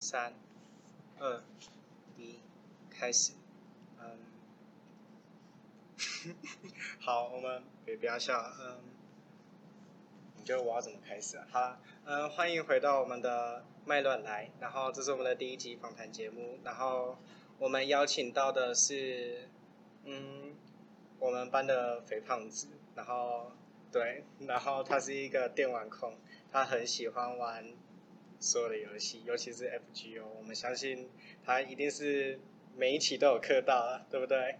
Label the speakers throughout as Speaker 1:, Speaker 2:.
Speaker 1: 三、二、一，开始。嗯， 好，我们别不要笑了。嗯，你觉得我要怎么开始啊？好啦，嗯，欢迎回到我们的麦乱来。然后这是我们的第一集访谈节目。然后我们邀请到的是，嗯，我们班的肥胖子。然后对，然后他是一个电玩控，他很喜欢玩所有的游戏，尤其是 FGO，我们相信他一定是每一期都有氪到了，对不对？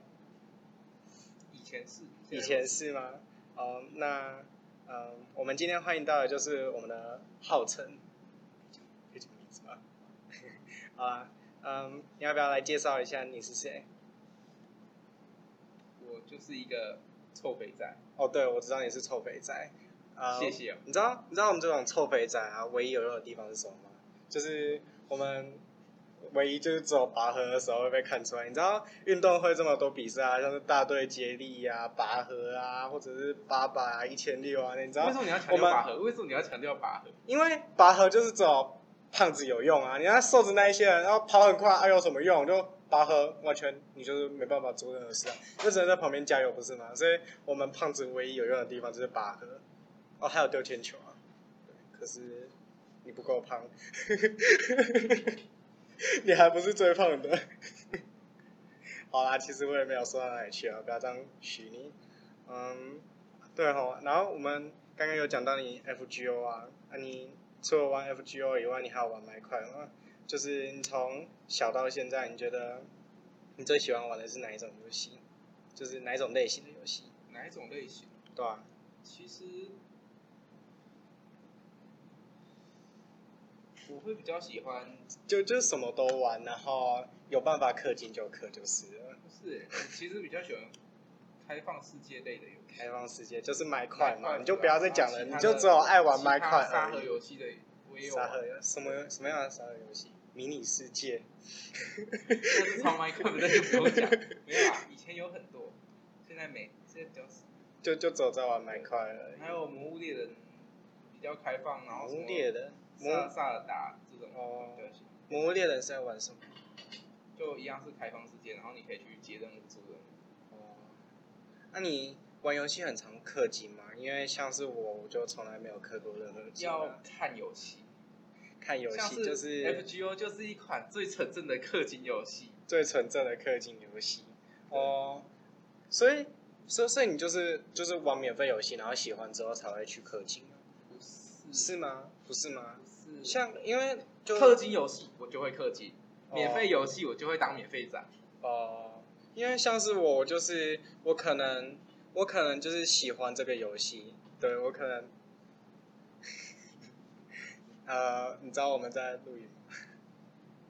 Speaker 2: 以前是，
Speaker 1: 以前是吗？哦，那呃，我们今天欢迎到的就是我们的浩辰，有什么名字吗？ 好啊，嗯，你要不要来介绍一下你是谁？
Speaker 2: 我就是一个臭肥仔，
Speaker 1: 哦，对，我知道你是臭肥仔，啊、
Speaker 2: 谢谢哦。
Speaker 1: 你知道你知道我们这种臭肥仔啊，唯一有用的地方是什么吗？就是我们唯一就是只有拔河的时候会被看出来。你知道运动会这么多比赛啊，像是大队接力啊、拔河啊，或者是八百啊、一千六啊，那你知道
Speaker 2: 为什么你要强调拔河？为什么你要强调拔河？
Speaker 1: 因为拔河就是找胖子有用啊，你看瘦子那一些人，然后跑很快，哎、有什么用？就拔河完全你就是没办法做任何事啊，就只能在旁边加油，不是吗？所 以我们胖子唯一有用的地方就是拔河，哦，还有丢铅球啊。对，可是你不够胖， 你还不是最胖的。 好啦，其实我也没有瘦到哪里去啊，不要这样许你。嗯，对吼，然后我们刚刚有讲到你 FGO 啊，那、你除了玩 FGO 以外，你还有玩麦块吗？就是你从小到现在，你觉得你最喜欢玩的是哪一种游戏？就是哪一种类型的游戏？
Speaker 2: 哪一种类型？
Speaker 1: 对啊，
Speaker 2: 其实我会比较喜欢，
Speaker 1: 就就是什么都玩，然后有办法氪金就氪就是了。
Speaker 2: 不是欸，我其实比较喜欢开放世界类的游戏。
Speaker 1: 开放世界就是麦块
Speaker 2: 麦
Speaker 1: 嘛，
Speaker 2: 块
Speaker 1: 你就不要再讲了，
Speaker 2: 然后
Speaker 1: 你
Speaker 2: 其他的
Speaker 1: 就只有爱玩
Speaker 2: 其他
Speaker 1: 麦块
Speaker 2: 沙
Speaker 1: 而
Speaker 2: 盒
Speaker 1: 已。
Speaker 2: 游戏的我也有
Speaker 1: 沙
Speaker 2: 玩，
Speaker 1: 盒游什么什么样的沙盒游戏？迷你世界。
Speaker 2: 但是超麦克的那就不用讲。没有啊，以前有很多，现在没，现在比较少。
Speaker 1: 就就走在玩麦块而
Speaker 2: 还有魔物猎人比较开放，然后
Speaker 1: 已。
Speaker 2: 什
Speaker 1: 魔
Speaker 2: 么
Speaker 1: 物猎人，魔
Speaker 2: 萨萨尔达这种
Speaker 1: 哦
Speaker 2: 比较喜欢。
Speaker 1: 魔物猎人是在玩什么？
Speaker 2: 就一样是开放世界，然后你可以去接任务做任务。
Speaker 1: 哦，那、你玩游戏很常氪金吗？因为像是我，我就从来没有氪过任何金啊、
Speaker 2: 要看游戏，
Speaker 1: 看游
Speaker 2: 像
Speaker 1: 戏就是
Speaker 2: FGO 就是一款最纯正的氪金游戏，
Speaker 1: 最纯正的氪金游戏哦。所以，所以所以你就是就是玩免费游戏，然后喜欢之后才会去氪金啊，
Speaker 2: 不是
Speaker 1: 是吗？不是吗？
Speaker 2: 不是
Speaker 1: 像因为就
Speaker 2: 嗯氪金游戏我就会氪金，
Speaker 1: 哦
Speaker 2: 免费游戏我就会当免费仔。
Speaker 1: 哦，因为像是我，我就是我可能我可能就是喜欢这个游戏，对我可能，呃，你知道我们在录影吗？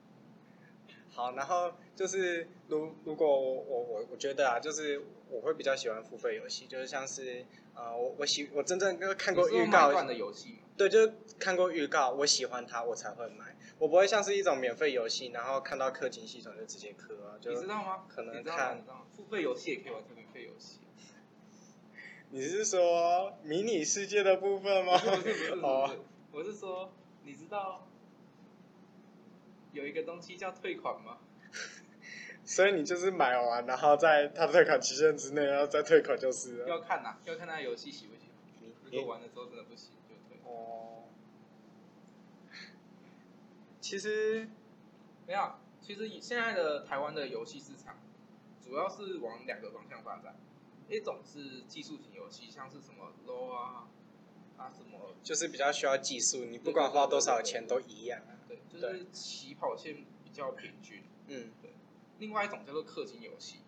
Speaker 1: 好，然后就是如如果我我我我觉得啊，就是我会比较喜欢付费游戏，就是像是呃，我我喜我真正就是看过
Speaker 2: 你是
Speaker 1: 预
Speaker 2: 说
Speaker 1: 告
Speaker 2: 买断的游戏嘛，
Speaker 1: 对，就是看过预告，我喜欢它，我才会买。我不会像是一种免费游戏，然后看到氪金系统就直接氪啊。就
Speaker 2: 你知道吗？
Speaker 1: 可能
Speaker 2: 你知道吗？
Speaker 1: 看
Speaker 2: 你知道吗？付费游戏也可以玩成免费游戏，
Speaker 1: 你是说迷你世界的部分 吗
Speaker 2: 不？是不是不是不是
Speaker 1: 哦，
Speaker 2: 我是说，你知道有一个东西叫退款吗？
Speaker 1: 所以你就是买完，然后在它退款期限之内，然后再退款就是了。
Speaker 2: 要看呐、要看他游戏喜不喜欢。
Speaker 1: 你
Speaker 2: 如
Speaker 1: 你
Speaker 2: 果玩的时候真的不行，就退。
Speaker 1: 哦，其实
Speaker 2: 没有，其实现在的台湾的游戏市场主要是往两个方向发展，一种是技术型游戏，像是什么 LO 啊啊什么，
Speaker 1: 就是比较需要技术，你不管花多少钱都一样啊。
Speaker 2: 对，就是起跑线比较平均。
Speaker 1: 嗯，
Speaker 2: 另外一种叫做氪金游戏，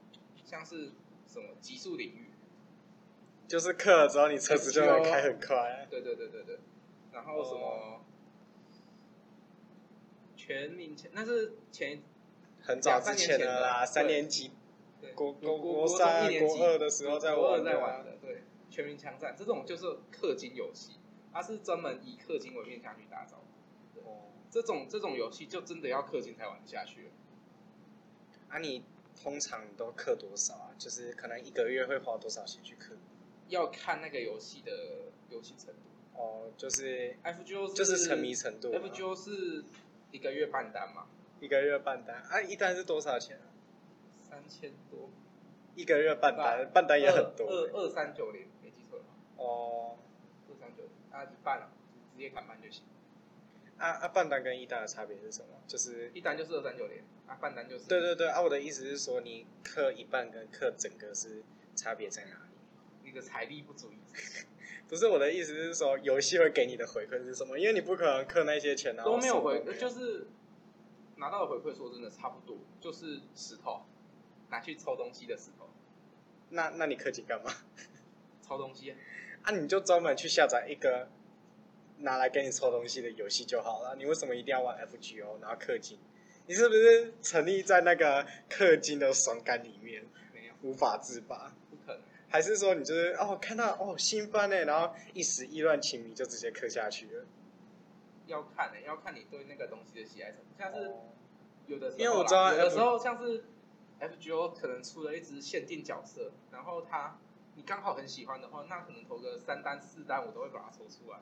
Speaker 2: 像是什么极速领域，
Speaker 1: 就是氪了之后，你车子就能开很快。
Speaker 2: 对对对对对，然后什
Speaker 1: 哦
Speaker 2: 么全民前，那是前
Speaker 1: 很早之前的啦，
Speaker 2: 两
Speaker 1: 三
Speaker 2: 三
Speaker 1: 年
Speaker 2: 年
Speaker 1: 级
Speaker 2: 对
Speaker 1: 国国
Speaker 2: 国中
Speaker 1: 三
Speaker 2: 一、年级
Speaker 1: 国二的时候在
Speaker 2: 国
Speaker 1: 玩
Speaker 2: 二
Speaker 1: 的
Speaker 2: 在
Speaker 1: 啊
Speaker 2: 玩的，对，全民枪战这种就是氪金游戏，它是专门以氪金为面向去打造的。
Speaker 1: 哦，
Speaker 2: 这种这种游戏就真的要氪金才玩得下去了。
Speaker 1: 啊，你通常都氪多少啊？就是可能一个月会花多少钱去氪？
Speaker 2: 要看那个游戏的游戏程度
Speaker 1: 哦，就是
Speaker 2: ，FGO
Speaker 1: 就是沉迷程度嘛。啊
Speaker 2: ，FGO 是一个月半单嘛，
Speaker 1: 一个月半单啊，一单是多少钱啊？
Speaker 2: 三千多，
Speaker 1: 一个月半单，半单也很多
Speaker 2: 二
Speaker 1: 欸
Speaker 2: 二三九零，没记错的话，
Speaker 1: 哦。
Speaker 2: 二三九零，啊一半啊，直接砍半就行，
Speaker 1: 啊啊，半单跟一单的差别是什么？就是
Speaker 2: 一单就是二三九零，啊半单就是
Speaker 1: 对对对啊，我的意思是说，你刻一半跟刻整个是差别在哪里？
Speaker 2: 你的财力不足以支撑，
Speaker 1: 不是我的意思是说，游戏会给你的回馈是什么？因为你不可能刻那些钱然后
Speaker 2: 都没有
Speaker 1: 什么
Speaker 2: 回
Speaker 1: 都，没有
Speaker 2: 就是拿到的回馈，说真的差不多，就是石头，拿去抽东西的石头，
Speaker 1: 那那你氪金干嘛？
Speaker 2: 抽东西啊，
Speaker 1: 啊，你就专门去下载一个拿来给你抽东西的游戏就好了。你为什么一定要玩 FGO 然后氪金？你是不是沉溺在那个氪金的爽感里面
Speaker 2: 没有，
Speaker 1: 无法自拔？
Speaker 2: 不可能。
Speaker 1: 还是说你就是哦看到哦兴奋呢，然后一时意乱情迷就直接氪下去了？
Speaker 2: 要看的、要看你对那个东西的喜爱程度。像是有的时候啦，
Speaker 1: 因为我知道
Speaker 2: 有的
Speaker 1: F-
Speaker 2: 时候像是 FGO 可能出了一只限定角色，然后它你刚好很喜欢的话，那可能投个三单四单我都会把它抽出来。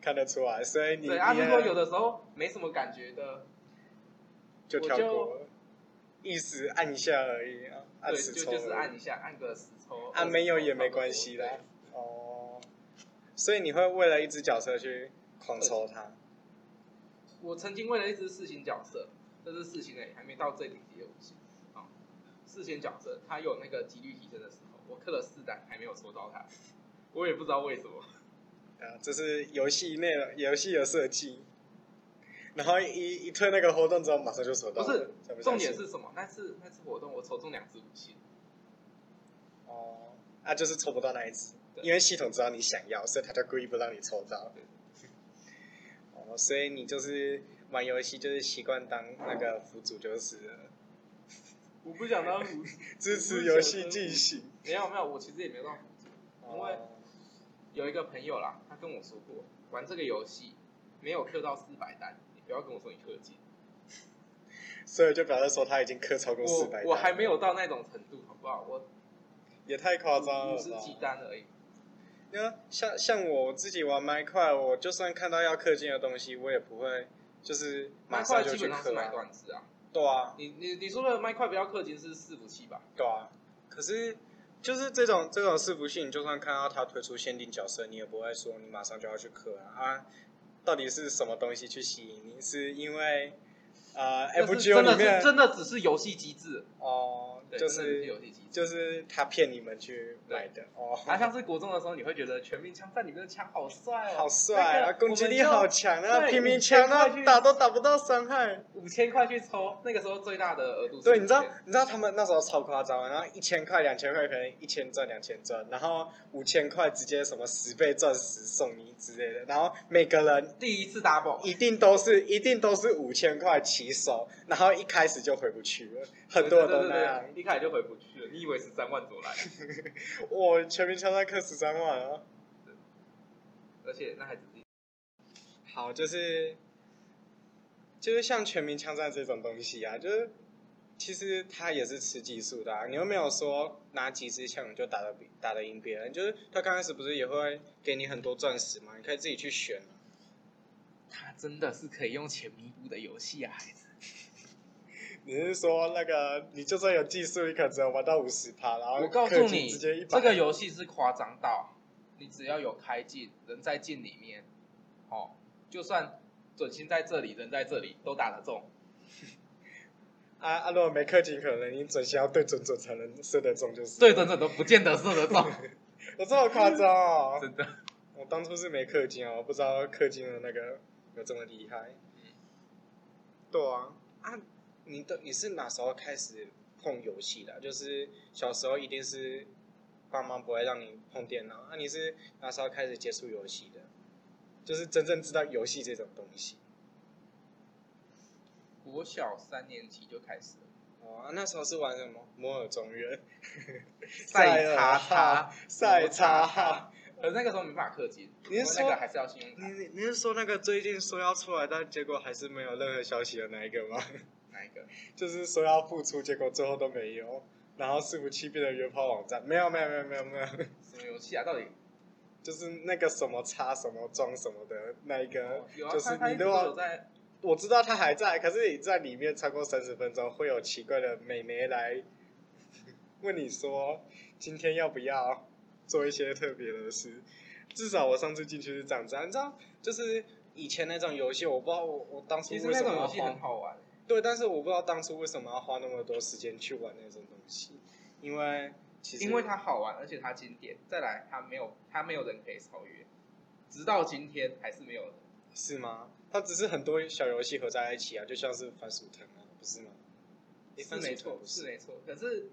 Speaker 1: 看得出来，所以你
Speaker 2: 对啊，
Speaker 1: 你
Speaker 2: 如
Speaker 1: 也
Speaker 2: 果有的时候没什么感觉的，
Speaker 1: 就跳
Speaker 2: 我
Speaker 1: 过了，一时按一下而已啊，按
Speaker 2: 对，
Speaker 1: 时
Speaker 2: 就
Speaker 1: 抽
Speaker 2: 就是
Speaker 1: 而已
Speaker 2: 按一下，按个十抽，
Speaker 1: 啊
Speaker 2: 20
Speaker 1: 没有
Speaker 2: 抽
Speaker 1: 也没
Speaker 2: 差不多
Speaker 1: 关系啦
Speaker 2: 对
Speaker 1: 哦，所以你会为了一只角色去狂抽它，
Speaker 2: 我曾经为了一只四星角色，这是四星的，还没到最顶级的五星啊。四星角色它有那个几率提升的时候，我氪了四单还没有抽到它，我也不知道为什么。
Speaker 1: 啊，这是游戏内容游戏的设计。然后一一推那个活动之后，马上就收到
Speaker 2: 不
Speaker 1: 了，
Speaker 2: 是
Speaker 1: 相不相
Speaker 2: 重点
Speaker 1: 信
Speaker 2: 是什么？那次那次活动我抽中两只五星，
Speaker 1: 哦，啊，就是抽不到那一只，
Speaker 2: 对
Speaker 1: 因为系统知道你想要，所以他就故意不让你抽到
Speaker 2: 对。
Speaker 1: 哦，所以你就是玩游戏就是习惯当那个辅助就是了
Speaker 2: 我不想当五星，
Speaker 1: 支持游戏进行。
Speaker 2: 没有没有，我其实也没有到五星。因为
Speaker 1: 哦
Speaker 2: 有一个朋友啦，他跟我说过，玩这个游戏没有氪到四百单，你不要跟我说你氪金，
Speaker 1: 所以就表示说他已经氪超过四百，
Speaker 2: 我我还没有到那种程度，好不好？我
Speaker 1: 也太啊夸张了
Speaker 2: 五十
Speaker 1: 吧？
Speaker 2: 几单而已，
Speaker 1: 那像像我自己玩麦块，我就算看到要氪金的东西，我也不会就是马
Speaker 2: 麦
Speaker 1: 上
Speaker 2: 块
Speaker 1: 就
Speaker 2: 基
Speaker 1: 去
Speaker 2: 本上是
Speaker 1: 氪
Speaker 2: 买
Speaker 1: 啊。
Speaker 2: 断制啊。
Speaker 1: 对啊，
Speaker 2: 你你你说的麦块不要氪金是伺服器吧？
Speaker 1: 对啊。可是就是这种这种伺服器，你就算看到它推出限定角色，你也不会说你马上就要去氪啊啊！到底是什么东西去吸引你？是因为呃
Speaker 2: 那是
Speaker 1: FGO
Speaker 2: 真
Speaker 1: 里
Speaker 2: 的
Speaker 1: 面
Speaker 2: 是真的只是游戏机制，
Speaker 1: 哦，
Speaker 2: 对，
Speaker 1: 就
Speaker 2: 真的只
Speaker 1: 是
Speaker 2: 是游戏机制。
Speaker 1: 就是他骗你们去买的哦，
Speaker 2: 啊，像是国中的时候，你会觉得《全民枪战》里面的枪好帅哦，
Speaker 1: 好帅
Speaker 2: 那
Speaker 1: 啊，
Speaker 2: 个
Speaker 1: 攻击力好强
Speaker 2: 我们
Speaker 1: 啊，
Speaker 2: 就
Speaker 1: 平民枪啊
Speaker 2: 对我们，就
Speaker 1: 打都打不到伤害。
Speaker 2: 五千块去抽，那个时候最大的额度是5000。
Speaker 1: 对，你知道你知道他们那时候超夸张啊，然后一千块、两千块可能一千赚、两千赚，然后五千块直接什么十倍钻石送你之类的，然后每个人
Speaker 2: 第一次 double，
Speaker 1: 一定都是一定都是五千块起手，然后一开始就回不去了，很多人
Speaker 2: 对
Speaker 1: 都
Speaker 2: 对
Speaker 1: 那
Speaker 2: 对
Speaker 1: 样
Speaker 2: 对。对一开始就回不去了。你以为十三万怎么来的？
Speaker 1: 我全民枪战氪十三万啊！
Speaker 2: 而且那还只是一
Speaker 1: 好，就是就是像全民枪战这种东西啊，就是其实它也是吃技术的、啊，你又没有说拿几支枪你就打得比打得赢别人，就是他刚开始不是也会给你很多钻石嘛，你可以自己去选啊。
Speaker 2: 它真的是可以用钱弥补的游戏啊，孩子。
Speaker 1: 你是说那个你就算有技术，你可能只能玩到五十趴，然后
Speaker 2: 我告诉
Speaker 1: 氪金
Speaker 2: 你，
Speaker 1: 直接一
Speaker 2: 这个游戏是夸张到，你只要有开镜，人在镜里面，哦，就算准心在这里，人在这里都打得中。
Speaker 1: 啊啊，如果没氪金，可能你准先要对准准才能射得中，就是
Speaker 2: 对，整整都不见得射得中，
Speaker 1: 有这么夸张 哦？
Speaker 2: 真的。
Speaker 1: 我当初是没氪金啊，我不知道氪金的那个 有这么厉害。嗯对啊，啊，你的你是哪时候开始碰游戏的啊？就是小时候一定是爸妈不会让你碰电脑，啊，你是哪时候开始接触游戏的？就是真正知道游戏这种东西。
Speaker 2: 国小三年级就开始了，
Speaker 1: 哦，啊那时候是玩什么？摩尔庄 园、
Speaker 2: 赛
Speaker 1: 啊
Speaker 2: 叉叉、
Speaker 1: 赛叉哈。
Speaker 2: 呃，那个时候没办法氪金，
Speaker 1: 你是
Speaker 2: 不过
Speaker 1: 说
Speaker 2: 那个还是要信用
Speaker 1: 你
Speaker 2: 卡？
Speaker 1: 你你是说那个最近说要出来，但结果还是没有任何消息的那一个吗？
Speaker 2: 哪一个？
Speaker 1: 就是说要付出，结果最后都没有，然后伺服器变成约炮网站，没有没有没有没有 没有，
Speaker 2: 什么游戏啊？到底
Speaker 1: 就是那个什么叉什么装什么的那一个
Speaker 2: 有，啊？
Speaker 1: 就是
Speaker 2: 他
Speaker 1: 你
Speaker 2: 一直
Speaker 1: 如
Speaker 2: 都
Speaker 1: 果
Speaker 2: 有在
Speaker 1: 我知道他还在，可是你在里面超过三十分钟，会有奇怪的美眉来问你说今天要不要做一些特别的事。至少我上次进去是这样子啊，你知道，就是以前那种游戏，我不知道我我当初
Speaker 2: 其
Speaker 1: 为
Speaker 2: 实
Speaker 1: 什么
Speaker 2: 那种
Speaker 1: 要
Speaker 2: 游戏
Speaker 1: 花
Speaker 2: 很好玩，
Speaker 1: 对，但是我不知道当初为什么要花那么多时间去玩那种东西，因为其实
Speaker 2: 因为它好玩，而且它经典。再来，它没有它没有人可以超越，直到今天还是没有人。
Speaker 1: 是吗？它只是很多小游戏合在一起啊，就像是番薯藤啊，不是吗？诶
Speaker 2: 是没错，是没错。可是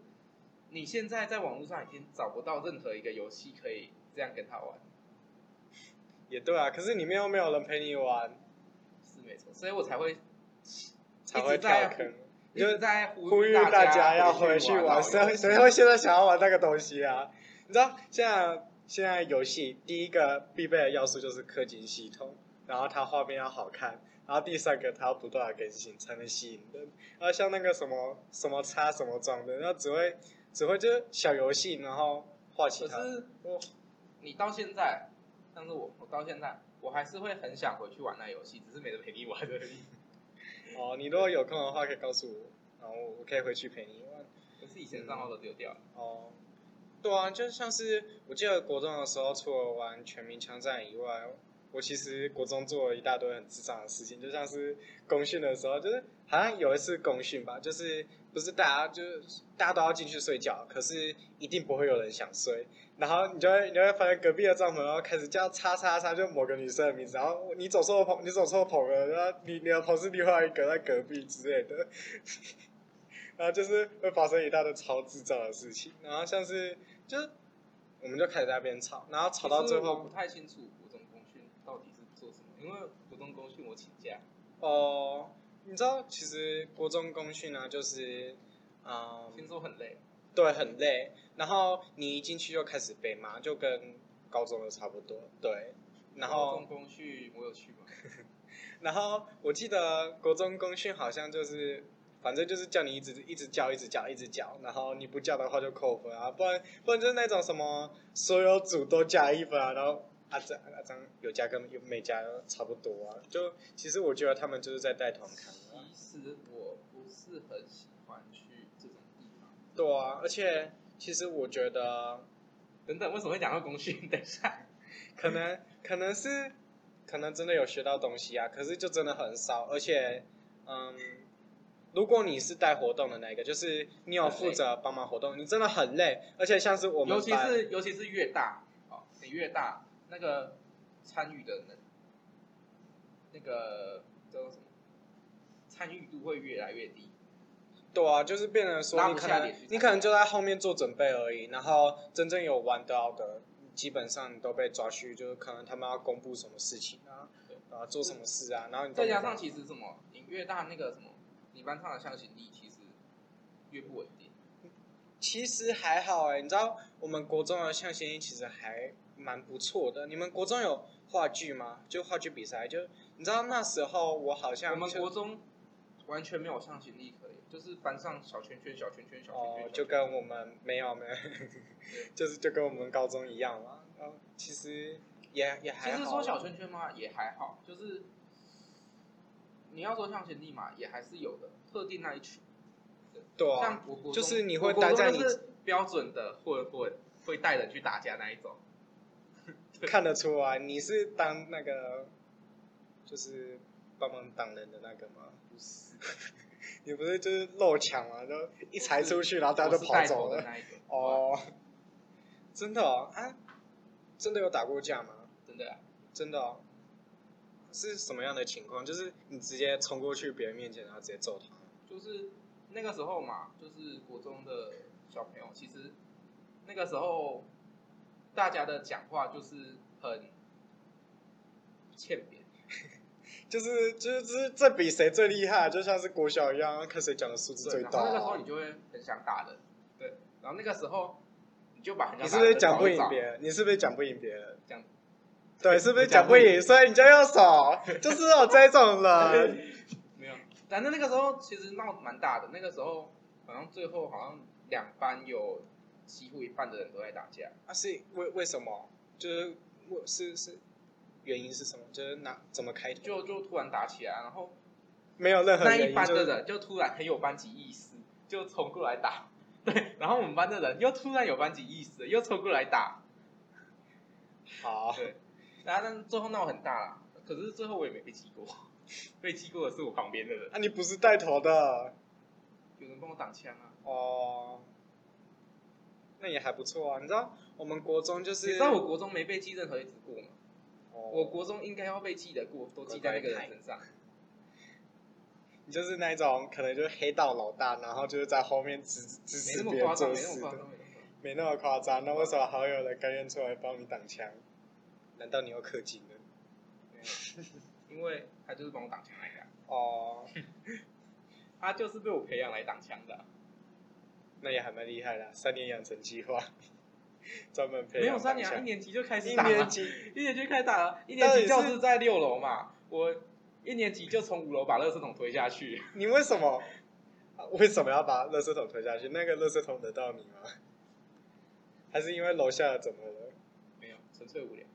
Speaker 2: 你现在在网络上已经找不到任何一个游戏可以这样跟他玩，
Speaker 1: 也对啊，可是里面又没有人陪你玩，
Speaker 2: 是没错。所以我才会
Speaker 1: 才会跳
Speaker 2: 啊
Speaker 1: 坑。
Speaker 2: 一直在
Speaker 1: 呼吁
Speaker 2: 大
Speaker 1: 大家要
Speaker 2: 回啊
Speaker 1: 回去玩，谁
Speaker 2: 老
Speaker 1: 会
Speaker 2: 游
Speaker 1: 谁会现在想要玩那个东西啊？你知道现在现在游戏第一个必备的要素就是氪金系统，然后它画面要好看，然后第三个它要不断的更新才能吸引人。然后像那个什么什么叉什么装的，那只会只会就是小游戏，然后画其
Speaker 2: 可
Speaker 1: 他。
Speaker 2: 是我你到现在，像是我，我到现在我还是会很想回去玩那游戏，只是没人陪你玩而已。
Speaker 1: 哦，你如果有空的话可以告诉我，然后我可以回去陪你玩。
Speaker 2: 可是以前账号都丢掉了，
Speaker 1: 哦，对啊，就像是我记得国中的时候，除了玩全民枪战以外，我其实国中做了一大堆很智障的事情，就像是公训的时候，就是好像有一次公训吧，就是不是大家就是大家都要进去睡觉，可是一定不会有人想睡，然后你就会你就会发现隔壁的帐篷，然后开始叫叉叉叉，就某个女生的名字，然后你走错棚，你走错棚了，然后你你的棚是另外一个在隔壁之类的。然后就是会发生一大堆超智障的事情，然后像是就是我们就开始在那边吵，然后吵到最
Speaker 2: 其实
Speaker 1: 后
Speaker 2: 我不太清楚国中公训到底是做什么，因为国中公训我请假，
Speaker 1: 哦，你知道其实国中公训啊，就是嗯，
Speaker 2: 听说很累，
Speaker 1: 对，很累，然后你一进去就开始被骂，就跟高中的差不多，对，然
Speaker 2: 国
Speaker 1: 后
Speaker 2: 中公训我有去吗？
Speaker 1: 然后我记得国中公训好像就是，反正就是叫你一直一直叫，一直叫，一直叫，然后你不叫的话就扣分啊，不然不然就是那种什么所有组都加一分啊，然后阿张阿张有加跟有没加差不多啊，就其实我觉得他们就是在带团看啊，
Speaker 2: 其实我不是很喜欢去这种地方。
Speaker 1: 对啊，而且其实我觉得
Speaker 2: 等等，为什么会讲到公训？等一下，
Speaker 1: 可 能可能是可能真的有学到东西啊，可是就真的很少，而且嗯，如果你是带活动的那一个，就是你有负责帮忙活动，你真的很累，而且像是我们
Speaker 2: 尤其
Speaker 1: 班
Speaker 2: 是尤其是越大哦，你越大，那个参与的能，那个叫做什么，参与度会越来越低。
Speaker 1: 对啊，就是变成说
Speaker 2: 拉
Speaker 1: 你
Speaker 2: 不
Speaker 1: 可
Speaker 2: 下
Speaker 1: 能
Speaker 2: 脸去
Speaker 1: 你
Speaker 2: 参
Speaker 1: 可能
Speaker 2: 加
Speaker 1: 就在后面做准备而已，然后真正有玩到的，基本上都被抓去，就是可能他们要公布什么事情啊
Speaker 2: 对，
Speaker 1: 啊做什么事啊，然后你都
Speaker 2: 再
Speaker 1: 没
Speaker 2: 加
Speaker 1: 办
Speaker 2: 上
Speaker 1: 法
Speaker 2: 其实什么，你越大那个什么，你班上的向心力其实越不稳定。
Speaker 1: 其实还好哎、你知道我们国中的向心力其实还蛮不错的。你们国中有话剧吗？就话剧比赛，就你知道那时候我好像
Speaker 2: 我们
Speaker 1: 就
Speaker 2: 国中完全没有向心力可言，就是班上小圈圈、小圈圈、小圈圈，
Speaker 1: 哦
Speaker 2: 小，
Speaker 1: 就
Speaker 2: 圈圈
Speaker 1: 跟我们没有没有， 就是就跟我们高中一样嘛。然后其实也也
Speaker 2: 其
Speaker 1: 还好。啊
Speaker 2: 实说小圈圈嘛，也还好，就是你要说向心力嘛，也还是有的，特定那一群。
Speaker 1: 对啊，
Speaker 2: 像我国中
Speaker 1: 就是你会
Speaker 2: 我国中
Speaker 1: 待在你
Speaker 2: 就是标准的混混，会带人去打架那一种。
Speaker 1: 看得出来你是当那个就是帮忙挡人的那个吗？
Speaker 2: 不是，
Speaker 1: 你不是就是漏抢嘛，就一踩出去，然后 大
Speaker 2: 我
Speaker 1: 家
Speaker 2: 是
Speaker 1: 都跑
Speaker 2: 带
Speaker 1: 走
Speaker 2: 头
Speaker 1: 了
Speaker 2: 的。那一个。，
Speaker 1: 哦， 真的哦啊，真的有打过架吗？
Speaker 2: 真的啊、
Speaker 1: 真的哦，是什么样的情况？就是你直接冲过去别人面前，然后直接揍他。
Speaker 2: 就是那个时候嘛，就是国中的小朋友，其实那个时候大家的讲话就是很欠扁。
Speaker 1: 就是就是就是这比谁最厉害，就像是国小一样，看谁讲的数字
Speaker 2: 对，
Speaker 1: 最
Speaker 2: 然
Speaker 1: 大
Speaker 2: 后那个时候
Speaker 1: 啊。
Speaker 2: 你就会很想打人，对，然后那个时候你就把人家
Speaker 1: 你是不是讲
Speaker 2: 讲
Speaker 1: 不赢别人？你是不是讲不赢别人？
Speaker 2: 讲
Speaker 1: 对，是不是讲不赢？所以你就用手，就是有这种人。
Speaker 2: 没有，反正那个时候其实闹蛮大的，那个时候好像最后好像两班有几乎一半的人都在打架，
Speaker 1: 啊，是为为什么？就是我是是原因是什么？就是哪怎么开头？
Speaker 2: 就就突然打起来，然后
Speaker 1: 没有任何
Speaker 2: 那
Speaker 1: 原
Speaker 2: 一
Speaker 1: 因
Speaker 2: 班
Speaker 1: 就
Speaker 2: 的人就突然很有班级意识，就冲过来打。对，然后我们班的人又突然有班级意识了，又冲过来打。
Speaker 1: 好，
Speaker 2: 对，然后但是最后闹很大啦，可是最后我也没被记过， 被记过的是我旁边的人，
Speaker 1: 那、你不是带头的
Speaker 2: 有人帮我挡枪啊。
Speaker 1: 哦，那也还不错啊。你知道我们国中就是，
Speaker 2: 你知道我国中没被记任何一次过吗？
Speaker 1: 哦
Speaker 2: 我国中应该要被记得过，都记在那个人身上。
Speaker 1: 你就是那种可能就是黑道老大，然后就是在后面指指
Speaker 2: 没
Speaker 1: 使
Speaker 2: 那么
Speaker 1: 别人
Speaker 2: 夸张，
Speaker 1: 做
Speaker 2: 没那么
Speaker 1: 事
Speaker 2: 夸张，没那
Speaker 1: 的，
Speaker 2: 么
Speaker 1: 没那么
Speaker 2: 夸张。
Speaker 1: 夸张。那为什么还会有人甘愿出来帮你挡枪？难道你又氪金了？
Speaker 2: 没有因为他就是帮我挡枪来的啊，
Speaker 1: 哦，
Speaker 2: 他就是被我培养来挡枪的啊。
Speaker 1: 那也还蛮厉害的啊，三年养成计划， 专门培
Speaker 2: 没有
Speaker 1: 养
Speaker 2: 三
Speaker 1: 挡
Speaker 2: 年啊，一
Speaker 1: 枪。
Speaker 2: 年级就开始
Speaker 1: 一
Speaker 2: 打了
Speaker 1: 年。级
Speaker 2: 一年级开始打了，一年
Speaker 1: 到底
Speaker 2: 级
Speaker 1: 是
Speaker 2: 教室在六楼嘛，我一年级就从五楼把垃圾桶推下去，
Speaker 1: 你为什么 啊为什么要把垃圾桶推下去？那个垃圾桶得到你吗？ 还是因为楼下怎么了？
Speaker 2: 没有，纯粹无聊。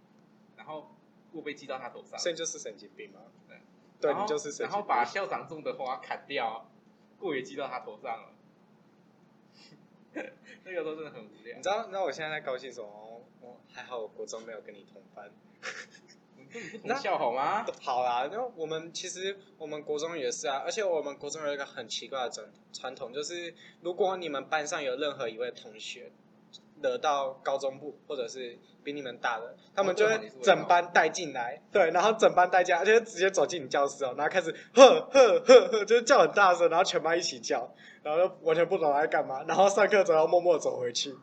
Speaker 2: 然后我被记到他头上，
Speaker 1: 所以就是神经病嘛。
Speaker 2: 对，
Speaker 1: 对
Speaker 2: 然后
Speaker 1: 你就是神经病。
Speaker 2: 然后把校长种的花砍掉，啊过也记到他头上了。 那个时候真的很无聊
Speaker 1: 你，知道，你知道我现在在高兴什么吗？我还好，我国中没有跟你同班。
Speaker 2: 我们根本不
Speaker 1: 那
Speaker 2: 同校好吗？
Speaker 1: 好啦，那我们其实我们国中也是啊，而且我们国中有一个很奇怪的传传统，就是如果你们班上有任何一位同学惹到高中部或者是比你们大的，他们就
Speaker 2: 哦对哦
Speaker 1: 会
Speaker 2: 你是会
Speaker 1: 整班带进来，对，然后整班带进来，而且直接走进你教室哦，然后开始呵呵呵呵，就是叫很大声，然后全班一起叫，然后就完全不懂他在干嘛，然后上课总要默默走回去。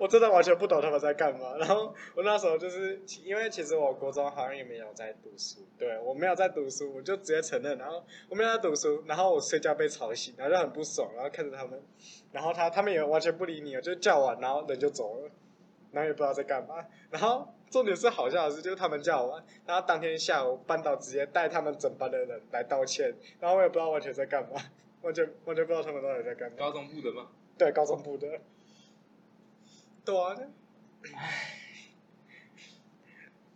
Speaker 1: 我真的完全不懂他们在干嘛。然后我那时候就是因为其实我国中好像也没有在读书，对我没有在读书，我就直接承认。然后我没有在读书，然后我睡觉被吵醒，然后就很不爽，然后看着他们，然后他他们也完全不理你，就叫完然后人就走了，然后也不知道在干嘛。然后重点是好笑的是，就是他们叫完，然后当天下午班导直接带他们整班的人来道歉，然后我也不知道完全在干嘛，完全完全不知道他们到底在干嘛。
Speaker 2: 高中部的吗？
Speaker 1: 对，啊高中部的。对啊，那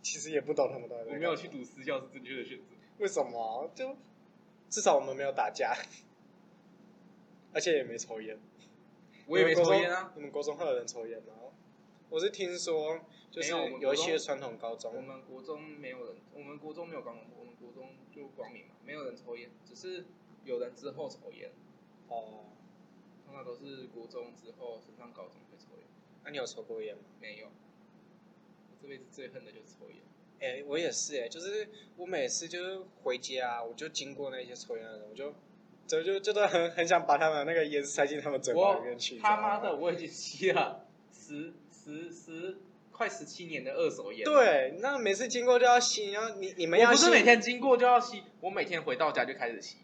Speaker 1: 其实也不懂他们到底在
Speaker 2: 我
Speaker 1: 干嘛
Speaker 2: 没有去，读私校是正确的选择。
Speaker 1: 为什么？就至少我们没有打架， 而且也没抽烟。
Speaker 2: 我也没抽烟啊。
Speaker 1: 你们国中会有人抽烟吗？我是听说，就是
Speaker 2: 没有我们
Speaker 1: 有一
Speaker 2: 国中
Speaker 1: 些传统高
Speaker 2: 我
Speaker 1: 中，
Speaker 2: 们国中没有人，我们国中没有高中部，我们国中就光明嘛，没有人抽烟，只是有人之后抽烟，
Speaker 1: 哦，
Speaker 2: 通常都是国中之后升上高中会抽烟。
Speaker 1: 那、啊你有抽过烟吗？
Speaker 2: 没有，我这辈子最恨的就是抽烟。
Speaker 1: 哎、我也是哎、就是我每次就是回家、我就经过那些抽烟的人，我就，就就就都很很想把他们那个烟塞进他们嘴巴
Speaker 2: 我
Speaker 1: 里面去。
Speaker 2: 他
Speaker 1: 你知道
Speaker 2: 妈
Speaker 1: 吗
Speaker 2: 的，我已经吸了十十十快十七年的二手烟。，
Speaker 1: 对，那每次经过就要吸，然后你你们
Speaker 2: 我
Speaker 1: 要
Speaker 2: 不
Speaker 1: 吸
Speaker 2: 是每天经过就要吸，我每天回到家就开始吸。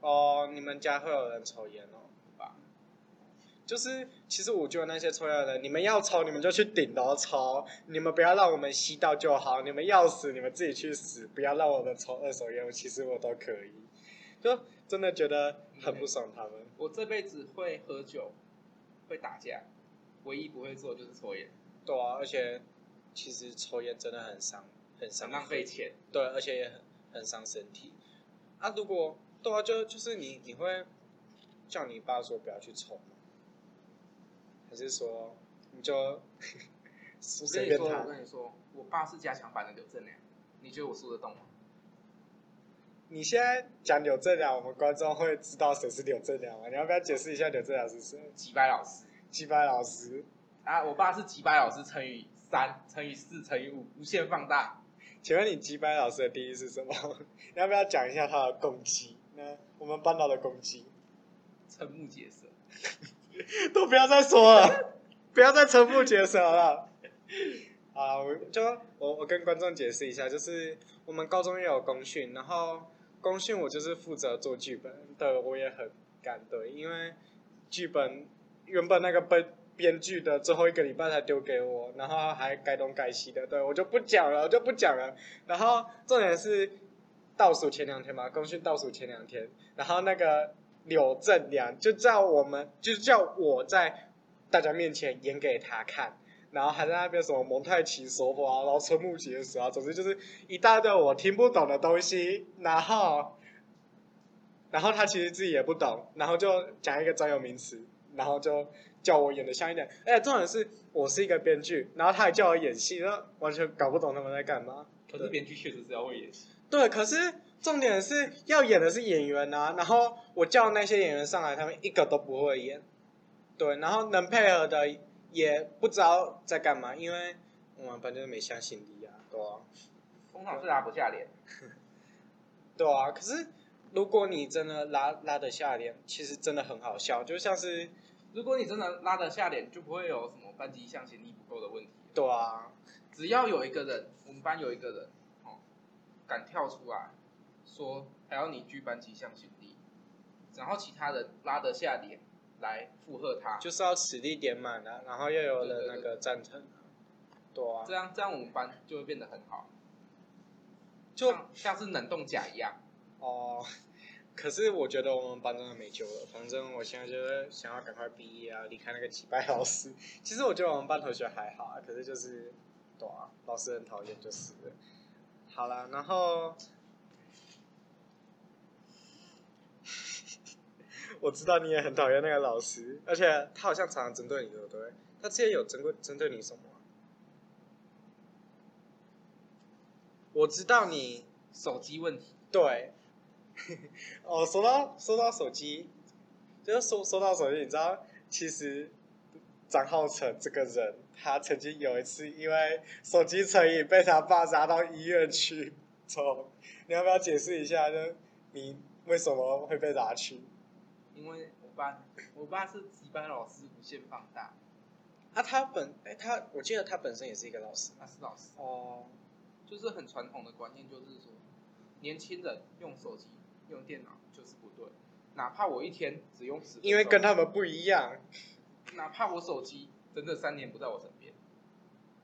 Speaker 1: 哦，你们家会有人抽烟哦
Speaker 2: 吧？
Speaker 1: 就是其实我觉得那些抽烟的人，你们要抽你们就去顶楼抽，你们不要让我们吸到就好，你们要死你们自己去死，不要让我们抽二手烟，其实我都可以，就真的觉得很不爽他们。
Speaker 2: 我这辈子会喝酒，会打架，唯一不会做就是抽烟，
Speaker 1: 对啊，而且其实抽烟真的很伤，很伤
Speaker 2: 很浪费钱。
Speaker 1: 对，而且也很很伤身体。啊，如果对啊，就就是你你会叫你爸说不要去抽吗？还是说你 就
Speaker 2: 我
Speaker 1: 随
Speaker 2: 跟你
Speaker 1: 便啊
Speaker 2: 说，我
Speaker 1: 他？
Speaker 2: 跟你说，我爸是加强版的刘正良，你觉得我输得动吗？
Speaker 1: 你现在讲柳正良，我们观众会知道谁是柳正良吗？你要不要解释一下柳正良是谁？
Speaker 2: 几百老师
Speaker 1: 鸡巴老师，
Speaker 2: 啊，我爸是几百老师乘以三、乘以四、乘以五，无限放大。
Speaker 1: 请问你鸡巴老师的定义是什么？ 你要不要讲一下他的攻击？那我们班导的攻击
Speaker 2: 瞠目结舌，
Speaker 1: 都不要再说了，不要再重复结舌了。啊，我就我我跟观众解释一下，就是我们高中也有公训，然后公训我就是负责做剧本，对我也很感对，因为剧本原本那个编编剧的最后一个礼拜才丢给我，然后还改东改西的，对我就不讲了，我就不讲了。然后重点是倒数前两天嘛，公训倒数前两天，然后那个柳正良就叫我们，就叫我在大家面前演给他看。然后还在那边什么蒙太奇手法啊，然后瞠目结舌啊，总之就是一大堆我听不懂的东西。然后然后他其实自己也不懂，然后就讲一个专有名词，然后就叫我演的像一点。哎，重点是我是一个编剧，然后他还叫我演戏，那完全搞不懂他们在干嘛。
Speaker 2: 可是编剧确实是要会演戏，
Speaker 1: 对，可是重点是要演的是演员啊，然后我叫那些演员上来，他们一个都不会演。对，然后能配合的也不知道在干嘛，因为我们本来就没相信力啊，对啊，
Speaker 2: 通常是拉不下脸。
Speaker 1: 对啊。可是如果你真的拉拉得下脸，其实真的很好笑，就像是
Speaker 2: 如果你真的拉得下脸，就不会有什么班级向心力不够的问题。
Speaker 1: 对啊，
Speaker 2: 只要有一个人，我们班有一个人，哦，敢跳出来说还要你具班级向心力，然后其他人拉得下脸来附和他，
Speaker 1: 就是要实力点满啊，然后又有人那个赞成啊，对啊，
Speaker 2: 这样这样我们班就会变得很好，
Speaker 1: 就
Speaker 2: 像像是冷冻甲一样。
Speaker 1: 哦， 可是我觉得我们班真的没救了。反正我现在就是想要赶快毕业啊，离开那个几百老师。其实我觉得我们班同学还好啊，可是就是，对啊，老师很讨厌就是了。好啦，然后 我知道你也很讨厌那个老师，而且他好像常常针对你，对不对？他之前有针对针对你什么啊？我知道你
Speaker 2: 手机问题，
Speaker 1: 对， 哦，说到说到手机，就是说说到手机，你知道，其实张浩成这个人，他曾经有一次因为手机成瘾被他爸抓到医院去，走，你要不要解释一下，就是你为什么会被抓去？
Speaker 2: 因为我爸我爸是几班老师无限放大，
Speaker 1: 啊，他本哎、他，我记得他本身也是一个老师
Speaker 2: 那是老师
Speaker 1: 哦，
Speaker 2: 就是很传统的观念，就是说年轻人用手机用电脑就是不对，哪怕我一天只用十，
Speaker 1: 因为跟他们不一样，
Speaker 2: 哪怕我手机整整三年不在我身边，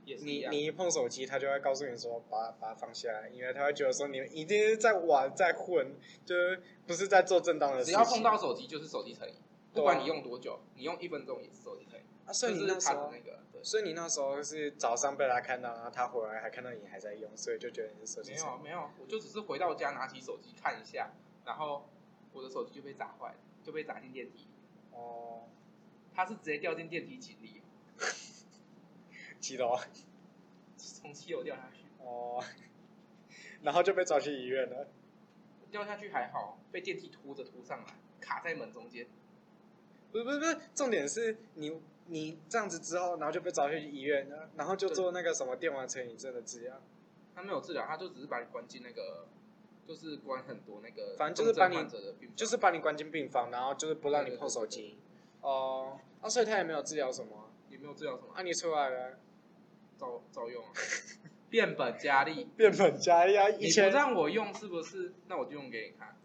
Speaker 2: 也是一
Speaker 1: 你
Speaker 2: 样。
Speaker 1: 你一碰手机，他就会告诉你说把把它放下来，因为他会觉得说你们一定是在玩在混，就是不是在做正当的事
Speaker 2: 只
Speaker 1: 情。
Speaker 2: 要碰到手机就是手机成瘾，不
Speaker 1: 对
Speaker 2: 管
Speaker 1: 啊
Speaker 2: 你用多久，你用一分钟也是手机成瘾，
Speaker 1: 啊，所以你
Speaker 2: 这
Speaker 1: 那
Speaker 2: 是
Speaker 1: 时
Speaker 2: 他的
Speaker 1: 候
Speaker 2: 那，个对。
Speaker 1: 所以你那时候是早上被他看到，然后他回来还看到你还在用，所以就觉得你是手机
Speaker 2: 没
Speaker 1: 成
Speaker 2: 有啊没有，我就只是回到家拿起手机看一下，然后我的手机就被砸坏了，就被砸进电梯里。
Speaker 1: 哦，
Speaker 2: 它是直接掉进电梯井里，
Speaker 1: 记得哦
Speaker 2: 从七楼掉下去。
Speaker 1: 哦， 然后就被抓去医院了。
Speaker 2: 掉下去还好，被电梯拖着拖上来，卡在门中间。
Speaker 1: 不是不是不是，重点是你你这样子之后，然后就被抓去医院了，然后就
Speaker 2: 对
Speaker 1: 做那个什么电玩成瘾症的治疗，
Speaker 2: 他没有治疗，他就只是把你关进那个，就是关很多那个，
Speaker 1: 反正就是把你
Speaker 2: 患者的病房，
Speaker 1: 就是把你关进病房，然后就是不让你碰手
Speaker 2: 对
Speaker 1: 机。哦，啊，所以他也没有治疗什么
Speaker 2: 也没有治疗什么，
Speaker 1: 啊，你出来了，
Speaker 2: 照照用啊， 变本加厉。
Speaker 1: 变本加厉啊，
Speaker 2: 你
Speaker 1: 以
Speaker 2: 不
Speaker 1: 前
Speaker 2: 让我用是不是？那我就用给你看。